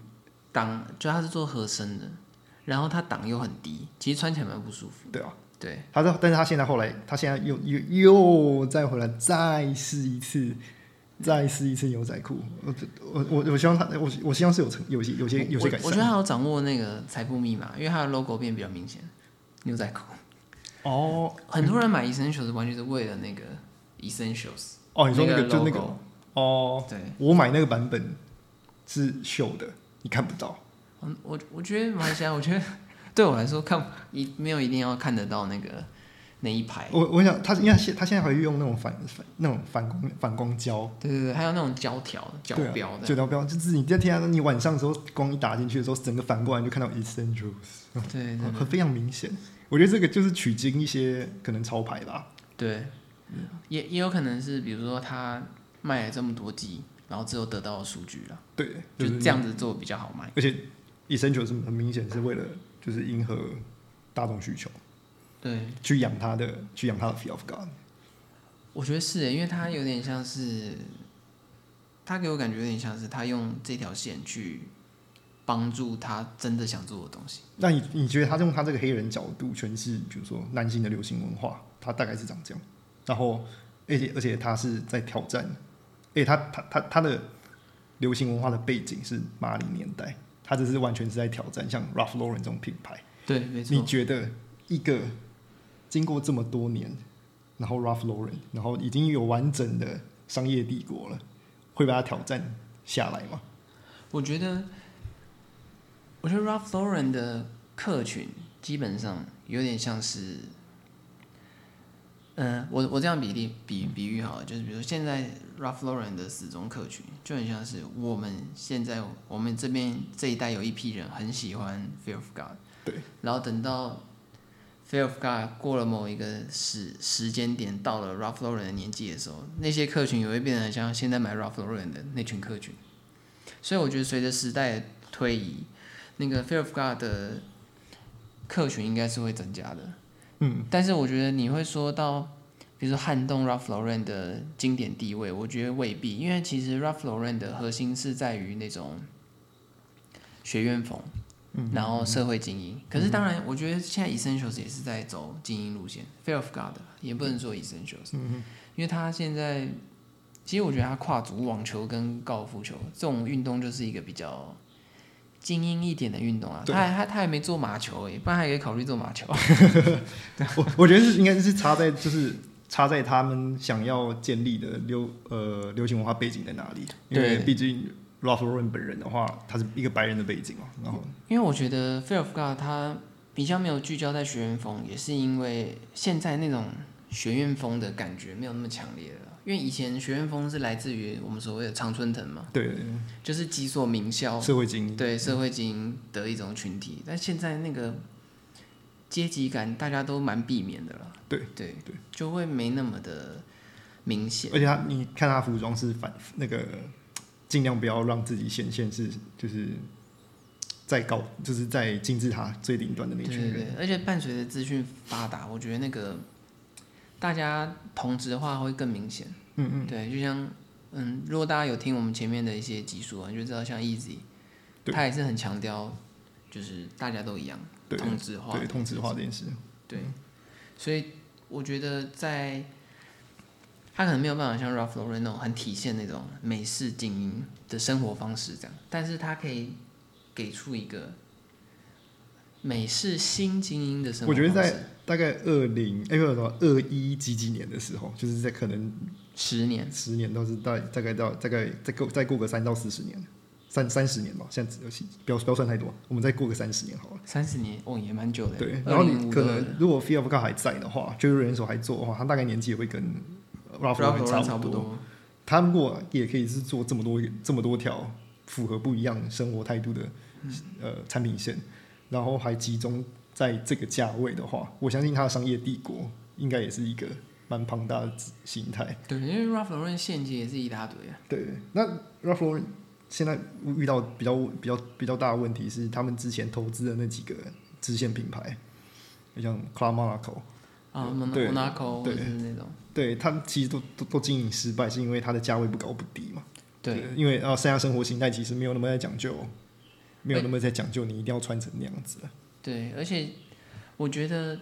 Speaker 2: 挡，就它是做合身的，然后它挡又很低，其实穿起来蛮不舒服。
Speaker 1: 对啊，
Speaker 2: 对，
Speaker 1: 他说，但是他现在后来，他现在又又又再回来再试一次，再试一次牛仔裤。我我我我希望他，我我希望是有成有些有些有些改
Speaker 2: 我我觉得
Speaker 1: 善。
Speaker 2: 它有掌握那个财富密码，因为它的 logo 变比较明显。牛仔裤，
Speaker 1: 哦
Speaker 2: 很多人买 Essentials 完全是为了那个 Essentials。
Speaker 1: 哦，你说那个就那
Speaker 2: logo，
Speaker 1: 个哦，
Speaker 2: 对。
Speaker 1: 我买那个版本是秀的，你看不到。
Speaker 2: 嗯，我我觉得马来西亚，我觉得对我来说看一没有一定要看得到那个那一排，
Speaker 1: 我我想他应该现他现在还会用那种反反那种反光反光胶。
Speaker 2: 对对对，还有那种胶条角
Speaker 1: 对啊
Speaker 2: 标的，
Speaker 1: 角标标，就是你在天上，你晚上的时候光一打进去的时候，整个反过来你就看到 essential。
Speaker 2: 对对对
Speaker 1: 很非常明显。我觉得这个就是取经一些可能潮牌吧。
Speaker 2: 对，也也有可能是比如说他卖了这么多季，然后之后得到的数据了，
Speaker 1: 对，
Speaker 2: 就是这样子做比较好卖，
Speaker 1: 而且 essential 是很明显是为了就是迎合大众需求，
Speaker 2: 对，
Speaker 1: 去养它的去养它的 feel of God。
Speaker 2: 我觉得是欸耶，因为它有点像是，它给我感觉有点像是他用这条线去帮助他真的想做的东西，
Speaker 1: 那你你觉得他用他这个黑人角度诠释，比如说男性的流行文化，他大概是长这样。然后，而且而且他是在挑战，而且他他他他的流行文化的背景是马里年代，他这是完全是在挑战像 Ralph Lauren 这种品牌。
Speaker 2: 对，没
Speaker 1: 你
Speaker 2: 错，
Speaker 1: 觉得一个经过这么多年，然后 Ralph Lauren，然后已经有完整的商业帝国了，会把它挑战下来
Speaker 2: [laughs]
Speaker 1: 吗？
Speaker 2: 我觉得，我觉得 Ralph Lauren 的客群基本上有点像是，嗯、我我这样比例比比喻好了，就是比如说现在 Ralph Lauren 的死忠客群就很像是我们现在我们这边这一代有一批人很喜欢 Fear of God，
Speaker 1: 对，
Speaker 2: 然后等到 Fear of God 过了某一个时时间点，到了 Ralph Lauren 的年纪的时候，那些客群也会变得很像现在买 Ralph Lauren 的那群客群。所以我觉得随着时代的推移，那个 Fear of God 的客群应该是会增加的。
Speaker 1: 嗯，
Speaker 2: 但是我觉得你会说到，比如说撼动 Ralph Lauren 的经典地位，我觉得未必，因为其实 Ralph Lauren 的核心是在于那种学院风，然后社会精英。可是当然，我觉得现在 Essentials 也是在走精英路线，Fear of God 也不能说 Essentials，、因为他现在其实我觉得他跨足网球跟高尔夫球这种运动就是一个比较。精英一点的运动啊，
Speaker 1: 对
Speaker 2: 他还他他还没做马球诶，不然还可以考虑做马球。啊
Speaker 1: 我我觉得是应该是差在就是差在他们想要建立的流呃流行文化背景在哪里，因为
Speaker 2: 对
Speaker 1: 毕竟 Ralph Lauren 本人的话，他是一个白人的背景嘛，然后
Speaker 2: [laughs] 因为我觉得 Fear of God 它比较没有聚焦在学院风，也是因为现在那种学院风的感觉没有那么强烈了。因为以前学院风是来自于我们所谓的常春藤嘛，
Speaker 1: 对
Speaker 2: 就是几所名校
Speaker 1: 社会精英，
Speaker 2: 对社会精英的一种群体，但现在那个阶级感大家都蛮避免的啦。
Speaker 1: 对
Speaker 2: 对
Speaker 1: 对，
Speaker 2: 就会没那么的明显。
Speaker 1: 而且他你看他服装是反那个，尽量不要让自己显现是就是在高，就是在金字塔最顶端的那
Speaker 2: 对
Speaker 1: 群
Speaker 2: 对
Speaker 1: 人。
Speaker 2: 对，而且伴随着资讯发达，我觉得那个大家同质化会更明显。
Speaker 1: 嗯嗯，
Speaker 2: 对，就像嗯，如果大家有听我们前面的一些集数啊，你就知道像 Easy，
Speaker 1: 对
Speaker 2: 他也是很强调，就是大家都一样，
Speaker 1: 对
Speaker 2: 同质化，
Speaker 1: 对，同质化这件事。
Speaker 2: 对，所以我觉得在他可能没有办法像 Ralph Lauren 那种很体现那种美式精英的生活方式这样，但是他可以给出一个美式新精英的生活
Speaker 1: 我
Speaker 2: 方
Speaker 1: 觉
Speaker 2: 式。
Speaker 1: 得在大概二零哎不什么二一几几年的时候，就是在可能
Speaker 2: 十年，
Speaker 1: 十年到是大大概到大概再过再过个三到四十年，三三十年吧，现在只有七不要不要算太多，我们再过个三十年好了。
Speaker 2: 三十年哦，也蛮久的。
Speaker 1: 对，然后你可
Speaker 2: 2052
Speaker 1: 能如果 Phil 还在的话，就是人手还做的话，他大概年纪也会跟 Ralph
Speaker 2: Ralph
Speaker 1: Lauren
Speaker 2: Lauren 差
Speaker 1: 不
Speaker 2: 不。多。
Speaker 1: 他如果也可以是做这么多这么多条符合不一样生活态度的呃产品线，然后还集中在这个价位的话，我相信他的商业帝国应该也是一个蛮庞大的形态。
Speaker 2: 对，因为 Ralph Lauren 现金也是一大堆啊。
Speaker 1: 对，那 Ralph Lauren 现在遇到比较比较比较大的问题是，他们之前投资的那几个支线品牌，像 c l a r Monaco，
Speaker 2: 啊，Mon-
Speaker 1: 对
Speaker 2: ，Monaco 或
Speaker 1: 对
Speaker 2: 者是那种，
Speaker 1: 对他们其实都都都经营失败，是因为它的价位不高不低嘛。
Speaker 2: 对，，
Speaker 1: 因为啊，三亚生活形态其实没有那么在讲究，没有那么在讲究你一定要穿成那样子。啊
Speaker 2: 对，而且我觉得，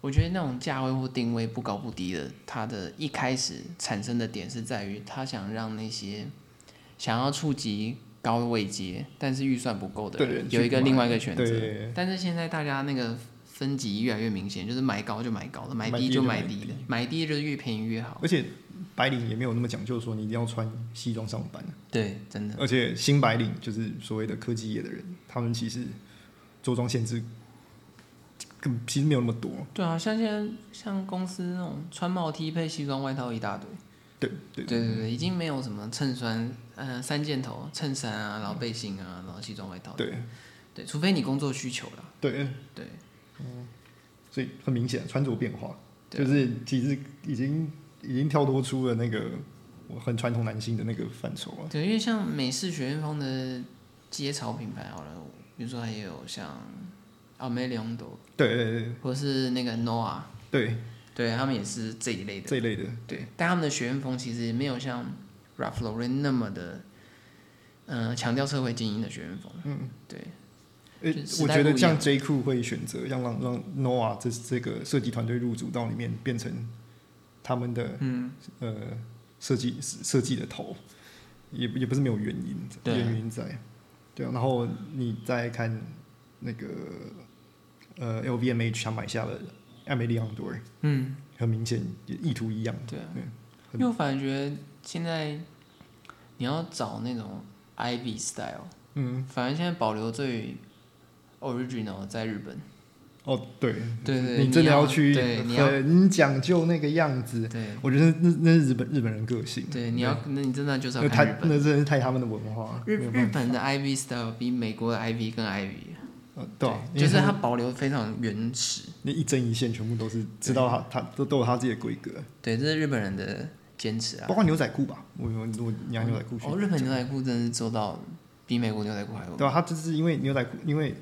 Speaker 2: 我觉得那种价位或定位不高不低的，它的一开始产生的点是在于，它想让那些想要触及高位阶，但是预算不够的
Speaker 1: 对
Speaker 2: 人，
Speaker 1: 去
Speaker 2: 有一个
Speaker 1: 买
Speaker 2: 另外一个选择。
Speaker 1: 对，
Speaker 2: 但是现在大家那个分级越来越明显，就是买高就买高的，买
Speaker 1: 买
Speaker 2: 低
Speaker 1: 低
Speaker 2: 就
Speaker 1: 就
Speaker 2: 买
Speaker 1: 买
Speaker 2: 低的
Speaker 1: 低，
Speaker 2: 买低就是越便宜越好。
Speaker 1: 而且白领也没有那么讲究说你一定要穿西装上班。
Speaker 2: 对，真的，
Speaker 1: 而且新白领就是所谓的科技业的人，他们其实着装限制根其实没有那么多。
Speaker 2: 对啊，像现在像公司那种穿帽 T 配西装外套一大堆。
Speaker 1: 对对
Speaker 2: 对对对，已经没有什么衬衫，呃，三件头、衬衫啊，然后背心啊，然后西装外套。
Speaker 1: 对
Speaker 2: 对，除非你工作需求啦。
Speaker 1: 对，嗯
Speaker 2: 对
Speaker 1: 所以很明显穿着变化，
Speaker 2: 对
Speaker 1: 就
Speaker 2: 啊
Speaker 1: 是其实已经已经跳脱出了那个我很传统男性的那个范畴啊了。
Speaker 2: 对，因为像美式学院风的街潮品牌好了，比如说还有像奥梅利昂朵，
Speaker 1: 对对对
Speaker 2: 或是那个 Noah，
Speaker 1: 对，
Speaker 2: 对他们也是这一类的。
Speaker 1: 这一类的，
Speaker 2: 对，但他们的学院风其实没有像 Ralph Lauren 那么的，呃，强调社会精英的学院风。
Speaker 1: 嗯，
Speaker 2: 对，
Speaker 1: 呃
Speaker 2: 就，时
Speaker 1: 我
Speaker 2: 代
Speaker 1: 觉
Speaker 2: 不
Speaker 1: 得
Speaker 2: 一
Speaker 1: 像
Speaker 2: 样
Speaker 1: J Crew 会选择让让让 Noah 这这个设计团队入主到里面，变成他们的
Speaker 2: 嗯，
Speaker 1: 呃设计设计的头，也也不是没有原因，
Speaker 2: 对
Speaker 1: 原因在，对啊。然后你再看那个呃 LVMH，他买下了艾美利昂多尔，
Speaker 2: 嗯，
Speaker 1: 很明显也意图一样，
Speaker 2: 对啊。因
Speaker 1: 很
Speaker 2: 为我反而觉得现在你要找那种 Ivy style，
Speaker 1: 嗯，
Speaker 2: 反而现在保留最 original 在日本。
Speaker 1: 哦，对，
Speaker 2: 对对
Speaker 1: 你真的
Speaker 2: 你要
Speaker 1: 要去
Speaker 2: 对你要
Speaker 1: 很讲究那个样子，
Speaker 2: 对
Speaker 1: 我觉得那那是日本日本人个性，
Speaker 2: 对，你要那你真的就是要
Speaker 1: 那太
Speaker 2: 看日本。
Speaker 1: 那真的是太他们的文化，
Speaker 2: 日
Speaker 1: 没有
Speaker 2: 日
Speaker 1: 办法
Speaker 2: 本的 Ivy style 比美国的 Ivy 更 Ivy，
Speaker 1: 呃对啊，因为
Speaker 2: 就是
Speaker 1: 他
Speaker 2: 它
Speaker 1: 们
Speaker 2: 保留非常原始。
Speaker 1: 那一针一线全部都是知道他他都都有他自己的规格，
Speaker 2: 对，这是日本人的坚持啊
Speaker 1: 包。括牛仔裤吧，我我我你拿牛仔裤去
Speaker 2: 哦，，日本牛仔裤真的是做到比美国牛仔裤还要
Speaker 1: 对啊，他就是因为牛仔裤，因为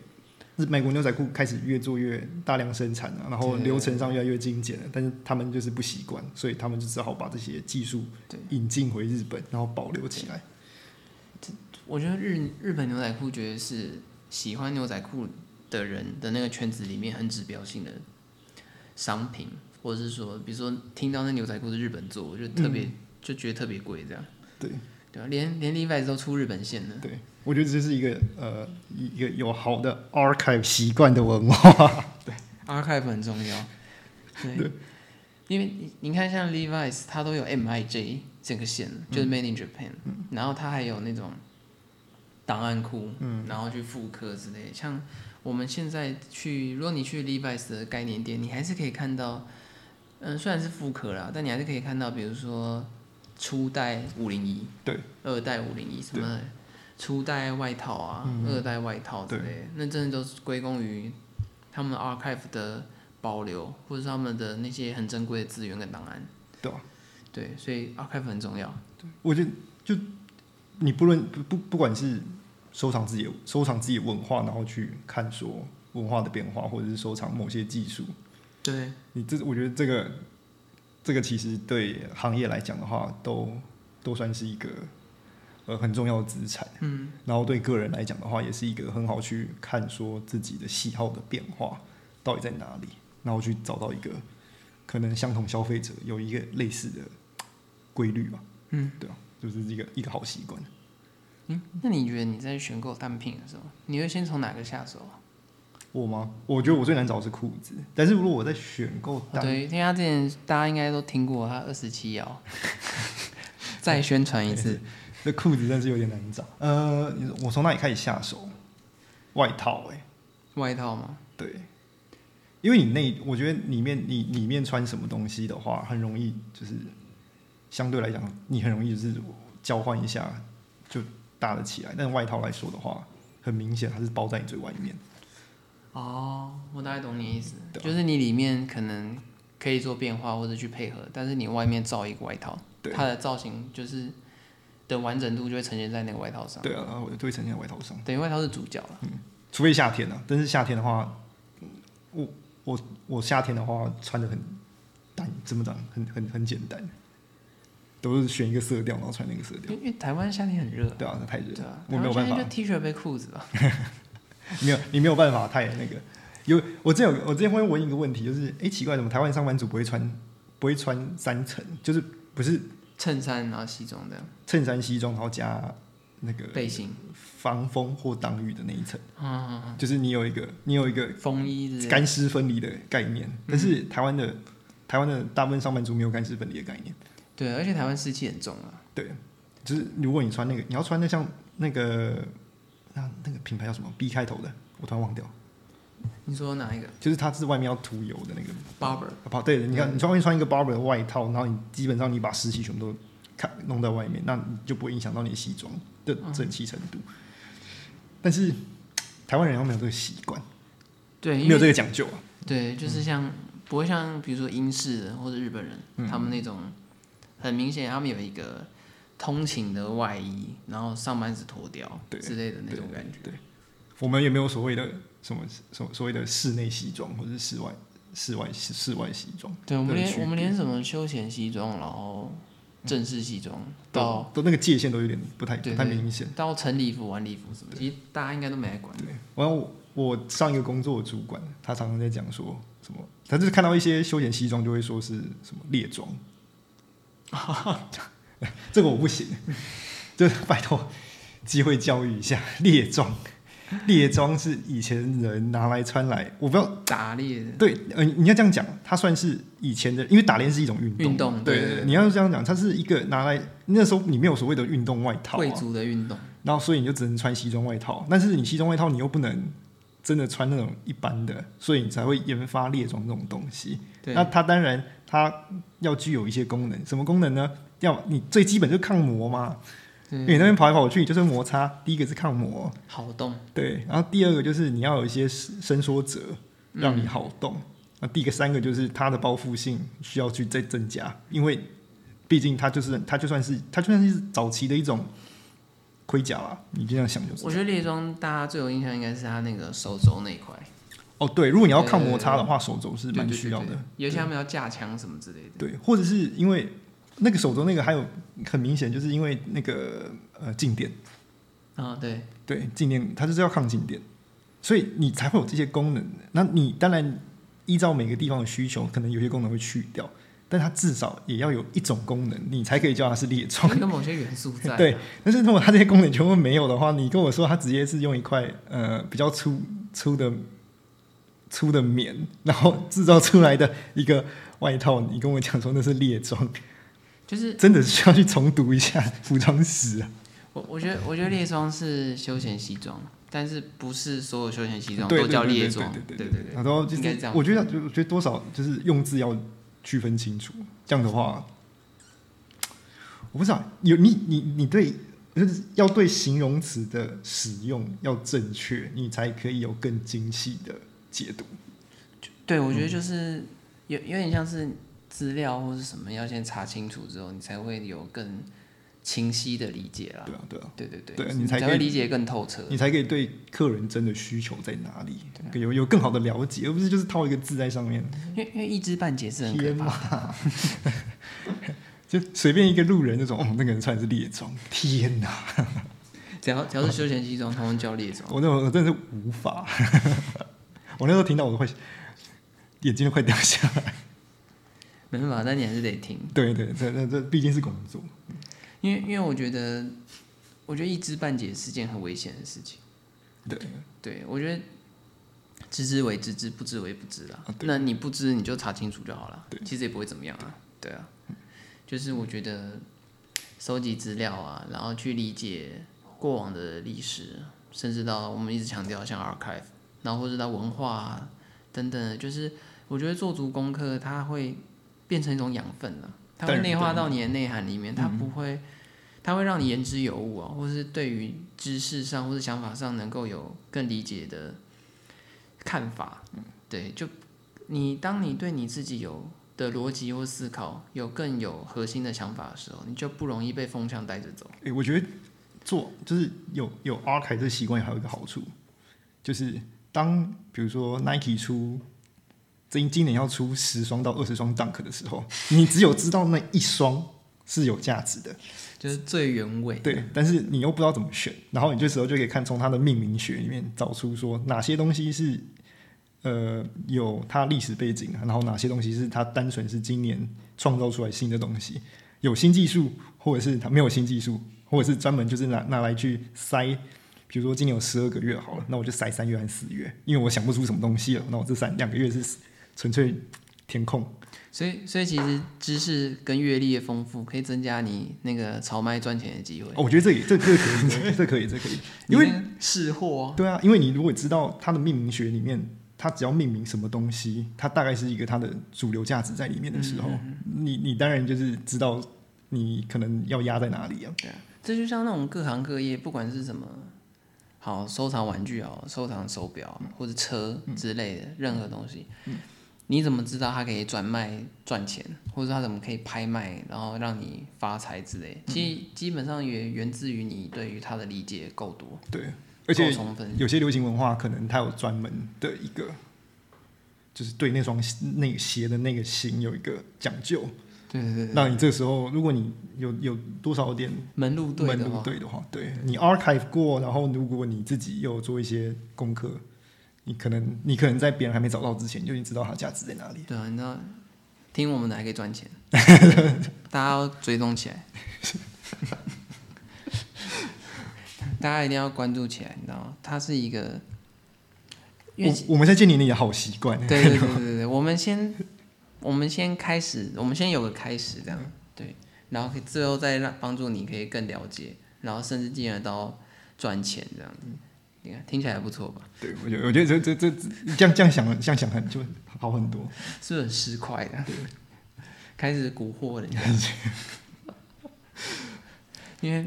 Speaker 1: 日美国牛仔裤开始越做越大量生产啊，然后
Speaker 2: 对
Speaker 1: 流程上越来越精简了，但是他们就是不习惯，所以他们就只好把这些技术
Speaker 2: 对
Speaker 1: 引进回日本，然后保留起来。
Speaker 2: 我觉得日日本牛仔裤绝对是喜欢牛仔裤的人的那个圈子里面很指标性的商品，或者是说，比如说听到那牛仔裤是日本做，我就特别、就觉得特别贵这样。
Speaker 1: 对
Speaker 2: 对啊，连连 Levi's 都出日本线了。
Speaker 1: 对，我觉得这是一个呃一个有好的 archive 习惯的文
Speaker 2: [laughs]
Speaker 1: 化。
Speaker 2: archive 很重要。对，因为你你看像 Levi's，它都有 MIJ 这个线，就是 Made in Japan，、然后它还有那种档案库，然后去复刻之类的。像我们现在去，如果你去 Levi's 的概念店，你还是可以看到，嗯，虽然是复刻啦，但你还是可以看到，比如说初代五零一，
Speaker 1: 对，
Speaker 2: 二代五零一什么。初代外套啊，二代外套之类的，那真的都是归功于他们 archive 的保留，或者是他们的那些很珍贵的资源跟档案。
Speaker 1: 对啊
Speaker 2: 对，所以 archive 很重要。
Speaker 1: 我觉得就你不论不不不管是收藏自己的收藏自己的文化，然后去看说文化的变化，或者是收藏某些技术，
Speaker 2: 对，
Speaker 1: 你这我觉得这个这个其实对行业来讲的话，都都算是一个呃很重要的资产。
Speaker 2: 嗯，
Speaker 1: 然后对个人来讲的话，也是一个很好去看说自己的喜好的变化到底在哪里，然后去找到一个可能相同消费者有一个类似的规律吧。
Speaker 2: 嗯，
Speaker 1: 对啊，就是一个一个好习惯。
Speaker 2: 那你觉得你在选购单品的时候，你会先从哪个下手？
Speaker 1: 我吗？我觉得我最难找的是裤子，但是如果我在选购
Speaker 2: 哦
Speaker 1: 单，
Speaker 2: 对，因为他之前大家应该都听过他二十七爻， [laughs] 再宣传一
Speaker 1: [laughs]
Speaker 2: 次。
Speaker 1: 那裤子真是有点难找。呃，你说我从哪里开始下手？外套、欸，
Speaker 2: 外套吗？
Speaker 1: 对，因为你内，我觉得里面你里面穿什么东西的话，很容易就是相对来讲，你很容易就是交换一下就搭得起来。但外套来说的话，很明显它是包在你最外面。
Speaker 2: 哦，我大概懂你意思，
Speaker 1: 对啊
Speaker 2: 就是你里面可能可以做变化或者去配合，但是你外面罩一个外套，
Speaker 1: 对
Speaker 2: 它的造型就是的完整度就会呈现在那个外套上。
Speaker 1: 对啊，然后我就会呈现在外套上，
Speaker 2: 等于外套是主角了。
Speaker 1: 除非夏天啊。但是夏天的话，我我我夏天的话穿的很单，怎么讲，很很很简单，都是选一个色调，然后穿那个色
Speaker 2: 因
Speaker 1: 调
Speaker 2: 为。因为台湾夏天很热，
Speaker 1: 对啊，那太热
Speaker 2: 对
Speaker 1: 了，
Speaker 2: 啊，
Speaker 1: 我没有
Speaker 2: 台
Speaker 1: 办
Speaker 2: 湾夏
Speaker 1: 法。
Speaker 2: 天就 T 恤配裤子啊吧。
Speaker 1: 没有，你没有办法太那个。有，我之前有，我之前会问一个问题，就是，哎、奇怪，怎么台湾上班族不会穿，不会穿三层，就是不是
Speaker 2: 衬衫然后西装这样，
Speaker 1: 衬衫、西装，然后加那个
Speaker 2: 背心，
Speaker 1: 防风或挡雨的那一层，
Speaker 2: 嗯，
Speaker 1: 就是你有一个，你有一个
Speaker 2: 风衣之类的。
Speaker 1: 干湿分离的概念，
Speaker 2: 嗯
Speaker 1: 但是台湾的台湾的大部分上班族没有干湿分离的概念，
Speaker 2: 对，而且台湾湿气很重啊。
Speaker 1: 对，就是如果你穿那个，你要穿那像那个那那个品牌叫什么 B 开头的，我突然忘掉，
Speaker 2: 你说哪一个
Speaker 1: 就是它是外面要涂油的那个。
Speaker 2: ？Barber。
Speaker 1: 跑对的，你
Speaker 2: 嗯
Speaker 1: 看你穿外面穿一个 barber 的外套，然后你基本上你把湿气全部都看弄在外面，那你就不会影响到你的西装的整齐程度。
Speaker 2: 嗯
Speaker 1: 但是台湾人好像没有这个习惯，
Speaker 2: 对，
Speaker 1: 没
Speaker 2: 因为
Speaker 1: 有这个讲究啊。
Speaker 2: 对，就是像、不会像比如说英式人或者日本人，他们那种很明显，他们有一个通勤的外衣，然后上班只脱掉
Speaker 1: 对
Speaker 2: 之类的那种感觉。
Speaker 1: 我们也没有所谓的什么什么所谓的室内西装或者是室外室外室室外西装，
Speaker 2: 对，我们
Speaker 1: 对
Speaker 2: 连
Speaker 1: 去
Speaker 2: 我们连什么休闲西装，然后正式西装，到
Speaker 1: 都都那个界限都有点不太
Speaker 2: 嗯对
Speaker 1: 不太明显。
Speaker 2: 到晨礼服、晚礼服什么，其实大家应该都没来管。
Speaker 1: 对，然后我我上一个工作的主管，他常常在讲说什么，他就是看到一些休闲西装就会说是什么猎装， [laughs] 这个我不行，就是拜托机会教育一下猎装，猎装是以前人拿来穿来，我不知道
Speaker 2: 打猎的，
Speaker 1: 对，呃，你要这样讲，它算是以前的，因为打猎是一种运动，
Speaker 2: 运动
Speaker 1: 对
Speaker 2: 对对对
Speaker 1: 你要这样讲，它是一个拿来那时候你没有所谓的运动外套、啊，
Speaker 2: 贵族的运动，
Speaker 1: 然后所以你就只能穿西装外套，但是你西装外套你又不能真的穿那种一般的，所以你才会研发猎装这种东西。
Speaker 2: 对
Speaker 1: 那它当然它要具有一些功能，什么功能呢？要你最基本就是抗磨嘛，因为
Speaker 2: 对，
Speaker 1: 你那边跑来跑去就是摩擦。第一个是抗磨，
Speaker 2: 好动，
Speaker 1: 对，然后第二个就是你要有一些伸缩折，让你好动。那第三个就是它的包覆性需要去再增加，因为毕竟它就是它就算是它就算是早期的一种盔甲啦，你这样想就是。
Speaker 2: 我觉得猎装大家最有印象应该是他那个手肘那一块，
Speaker 1: 哦，对，如果你要抗摩擦的话，手肘是
Speaker 2: 对
Speaker 1: 蛮
Speaker 2: 对
Speaker 1: 需
Speaker 2: 对
Speaker 1: 要
Speaker 2: 对
Speaker 1: 的。
Speaker 2: 尤其他们要架枪什么之类的。
Speaker 1: 对，或者是因为那个手肘那个还有很明显，就是因为那个呃静电，
Speaker 2: 啊、对，
Speaker 1: [laughs] 对，静电它就是要抗静电，所以你才会有这些功能。那你当然依照每个地方的需求，可能有些功能会去掉，但它至少也要有一种功能，你才可以叫它是列
Speaker 2: [laughs]
Speaker 1: 装。
Speaker 2: 有某些元素在。
Speaker 1: 对，但是如果它这些功能全部没有的话，你跟我说它直接是用一块呃比较粗粗的粗的棉，然后制造出来的一个外套，你跟我讲说那是猎装，
Speaker 2: 就是
Speaker 1: 真的是需要去重读一下服装史啊。
Speaker 2: 我我觉得我觉得猎装是休闲西装，但是不是所有休闲西装
Speaker 1: 对
Speaker 2: 都叫猎装？
Speaker 1: 对对
Speaker 2: 对
Speaker 1: 嗯对。然后就
Speaker 2: 应该这
Speaker 1: 是
Speaker 2: 样
Speaker 1: 我觉得我觉得多少就是用字要区分清楚，这样的话，我不知道有你你你对。就是要对形容词的使用要正确，你才可以有更精细的解读。
Speaker 2: 对，我觉得就是有有点像是资料或是什么，要先查清楚之后，你才会有更清晰的理解啦。
Speaker 1: 对啊，对啊，
Speaker 2: 对对对，
Speaker 1: 对
Speaker 2: 你
Speaker 1: 你才可以
Speaker 2: 会理解更透彻。
Speaker 1: 你才可以对客人真的需求在哪里
Speaker 2: 啊
Speaker 1: 有有更好的了解，而不是就是套一个字在上面。
Speaker 2: 因为因为一知半解是很可
Speaker 1: 天
Speaker 2: 怕的。
Speaker 1: 哪！就随便一个路人那种，哦，那个人穿的是猎装，天哪！
Speaker 2: [laughs] 只要只要是休闲西装，通通叫猎装。
Speaker 1: 我那种我真的是无法， [laughs] 我那时候听到我都快眼睛都快掉下来。 [laughs]
Speaker 2: 没办法，但你还是得听，
Speaker 1: 对对，这这这毕竟是工作，
Speaker 2: 因为因为我觉得，我觉得一知半解是件很危险的事情。
Speaker 1: 对
Speaker 2: 对我觉得，知之为知之，不知为不知啦。
Speaker 1: 啊对
Speaker 2: 那你不知，你就查清楚就好了
Speaker 1: 对。
Speaker 2: 其实也不会怎么样啊。对啊，就是我觉得收集资料啊，然后去理解过往的历史，甚至到我们一直强调像 archive，然后或者到文化、啊、等等的，就是我觉得做足功课，它会变成一种养分了、它
Speaker 1: 当
Speaker 2: 会
Speaker 1: 然
Speaker 2: 内
Speaker 1: 当
Speaker 2: 化
Speaker 1: 然
Speaker 2: 到你的内涵里面，它不会，它会让你言之有物啊，或是对于知识上或是想法上能够有更理解的看法。对，就你当你对你自己有的逻辑或思考有更有核心的想法的时候，你就不容易被风向带着走。
Speaker 1: 诶，我觉得做就是有有 R 凯这习惯，还有一个好处，就是当比如说 Nike 出今今年要出十双到二十双 Dunk 的时候，你只有知道那一双是有价值的，
Speaker 2: 就是最原味。
Speaker 1: 对，但是你又不知道怎么选，然后你这时候就可以看从它的命名学里面找出说哪些东西是呃有它历史背景，然后哪些东西是它单纯是今年创造出来新的东西，有新技术，或者是它没有新技术，或者是专门就是拿拿来去塞，比如说今年有十二个月好了，那我就塞三月和四月，因为我想不出什么东西了，那我这三两个月是纯粹填空。
Speaker 2: 所以，所以其实知识跟阅历的丰富，可以增加你那个炒卖赚钱的机会。
Speaker 1: 哦，我觉得这也这这可以，这这可以，这可以，因为
Speaker 2: 你那个识货
Speaker 1: 对啊，因为你如果知道它的命名学里面，它只要命名什么东西，它大概是一个它的主流价值在里面的时候，你你当然就是知道你可能要压在哪里啊。
Speaker 2: 啊，这就像那种各行各业，不管是什么，好收藏玩具哦，收藏手表或者车
Speaker 1: 嗯
Speaker 2: 之类的，任何东西，你怎么知道它可以转卖赚钱，或者它怎么可以拍卖，然后让你发财之类的？
Speaker 1: 嗯
Speaker 2: 其实基本上也源自于你对于它的理解够多，
Speaker 1: 对，而且
Speaker 2: 够充分。
Speaker 1: 有些流行文化可能它有专门的一个，就是对那双那个鞋的那个型有一个讲究，
Speaker 2: 对对对对，
Speaker 1: 让你这时候如果你有有多少点
Speaker 2: 门路对
Speaker 1: 门
Speaker 2: 的
Speaker 1: 路
Speaker 2: 话，
Speaker 1: 对的话，对你 archive 过，然后如果你自己又做一些功课，你可能你可能在别人还没找到之前，就已经知道它价值在哪里。
Speaker 2: 对啊，你知道，听我们的还可以赚钱，大家要追踪起来， [laughs] 大家一定要关注起来，你知道吗？它是一个，因为
Speaker 1: 我我们在建立你的好习惯，
Speaker 2: 对对对对对，我们先我们先开始，我们先有个开始，这样对，然后可以最后再让帮助你可以更了解，然后甚至进而到赚钱这样子，你看听起来还不错吧？
Speaker 1: 对我觉得我觉得这这这这样这样想这样想很就好很多。
Speaker 2: 是不是很失快的？开始蛊惑人家，因为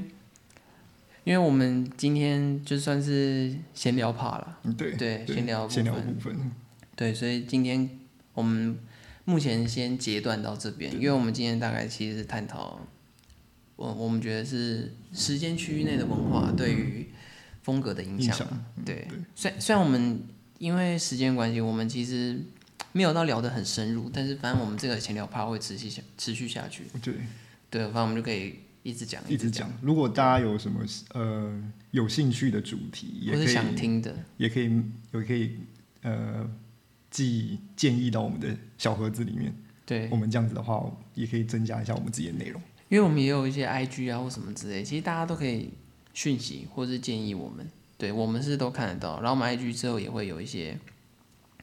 Speaker 2: 因为我们今天就算是闲聊怕了，
Speaker 1: 嗯，对
Speaker 2: 对
Speaker 1: 对
Speaker 2: 闲聊的部分
Speaker 1: 闲聊的部分，
Speaker 2: 对，所以今天我们目前先截断到这边，因为我们今天大概其实是探讨，我我们觉得是时间区域内的文化对于风格的影
Speaker 1: 影
Speaker 2: 响
Speaker 1: 响
Speaker 2: 嘛。对
Speaker 1: 嗯对，
Speaker 2: 虽虽然我们因为时间关系，我们其实没有到聊得很深入，但是反正我们这个闲聊趴会持续下持续下去。
Speaker 1: 我觉得
Speaker 2: 对，反正我们就可以一直讲
Speaker 1: 一直
Speaker 2: 讲，
Speaker 1: 讲。如果大家有什么呃有兴趣的主题，也
Speaker 2: 或
Speaker 1: 可
Speaker 2: 是想
Speaker 1: 以
Speaker 2: 听的。
Speaker 1: 也可以也可以呃寄建议到我们的小盒子里面。
Speaker 2: 对，
Speaker 1: 我们这样子的话，也可以增加一下我们自己的内容。
Speaker 2: 因为我们也有一些 IG 啊或什么之类，其实大家都可以讯息或是建议我们，对我们是都看得到。然后我们 IG 之后也会有一些，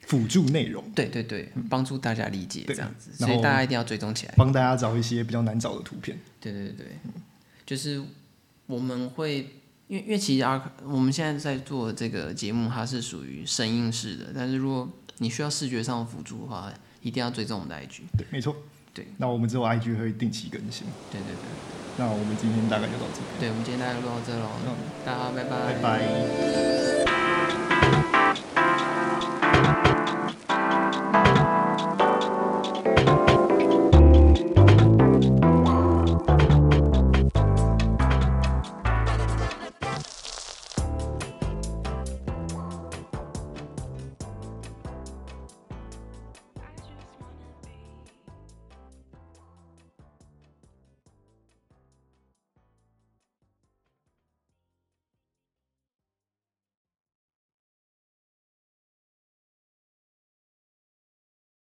Speaker 1: 辅助内容，
Speaker 2: 对对对，帮助大家理解
Speaker 1: 对
Speaker 2: 这样子，
Speaker 1: 然
Speaker 2: 所
Speaker 1: 后
Speaker 2: 以大家一定要追踪起来。
Speaker 1: 帮大家找一些比较难找的图片。
Speaker 2: 对对对对，就是我们会，因为因为其实 R 我们现在在做的这个节目，它是属于声音式的，但是如果你需要视觉上的辅助的话，一定要追踪我们的 IG。
Speaker 1: 对，没错。
Speaker 2: 对，
Speaker 1: 那我们之后 IG 会定期更新。
Speaker 2: 对对对，
Speaker 1: 那我们今天大概就到这边，
Speaker 2: 对我们今天大家就到这喽，
Speaker 1: 那
Speaker 2: 嗯大家拜拜
Speaker 1: 拜拜。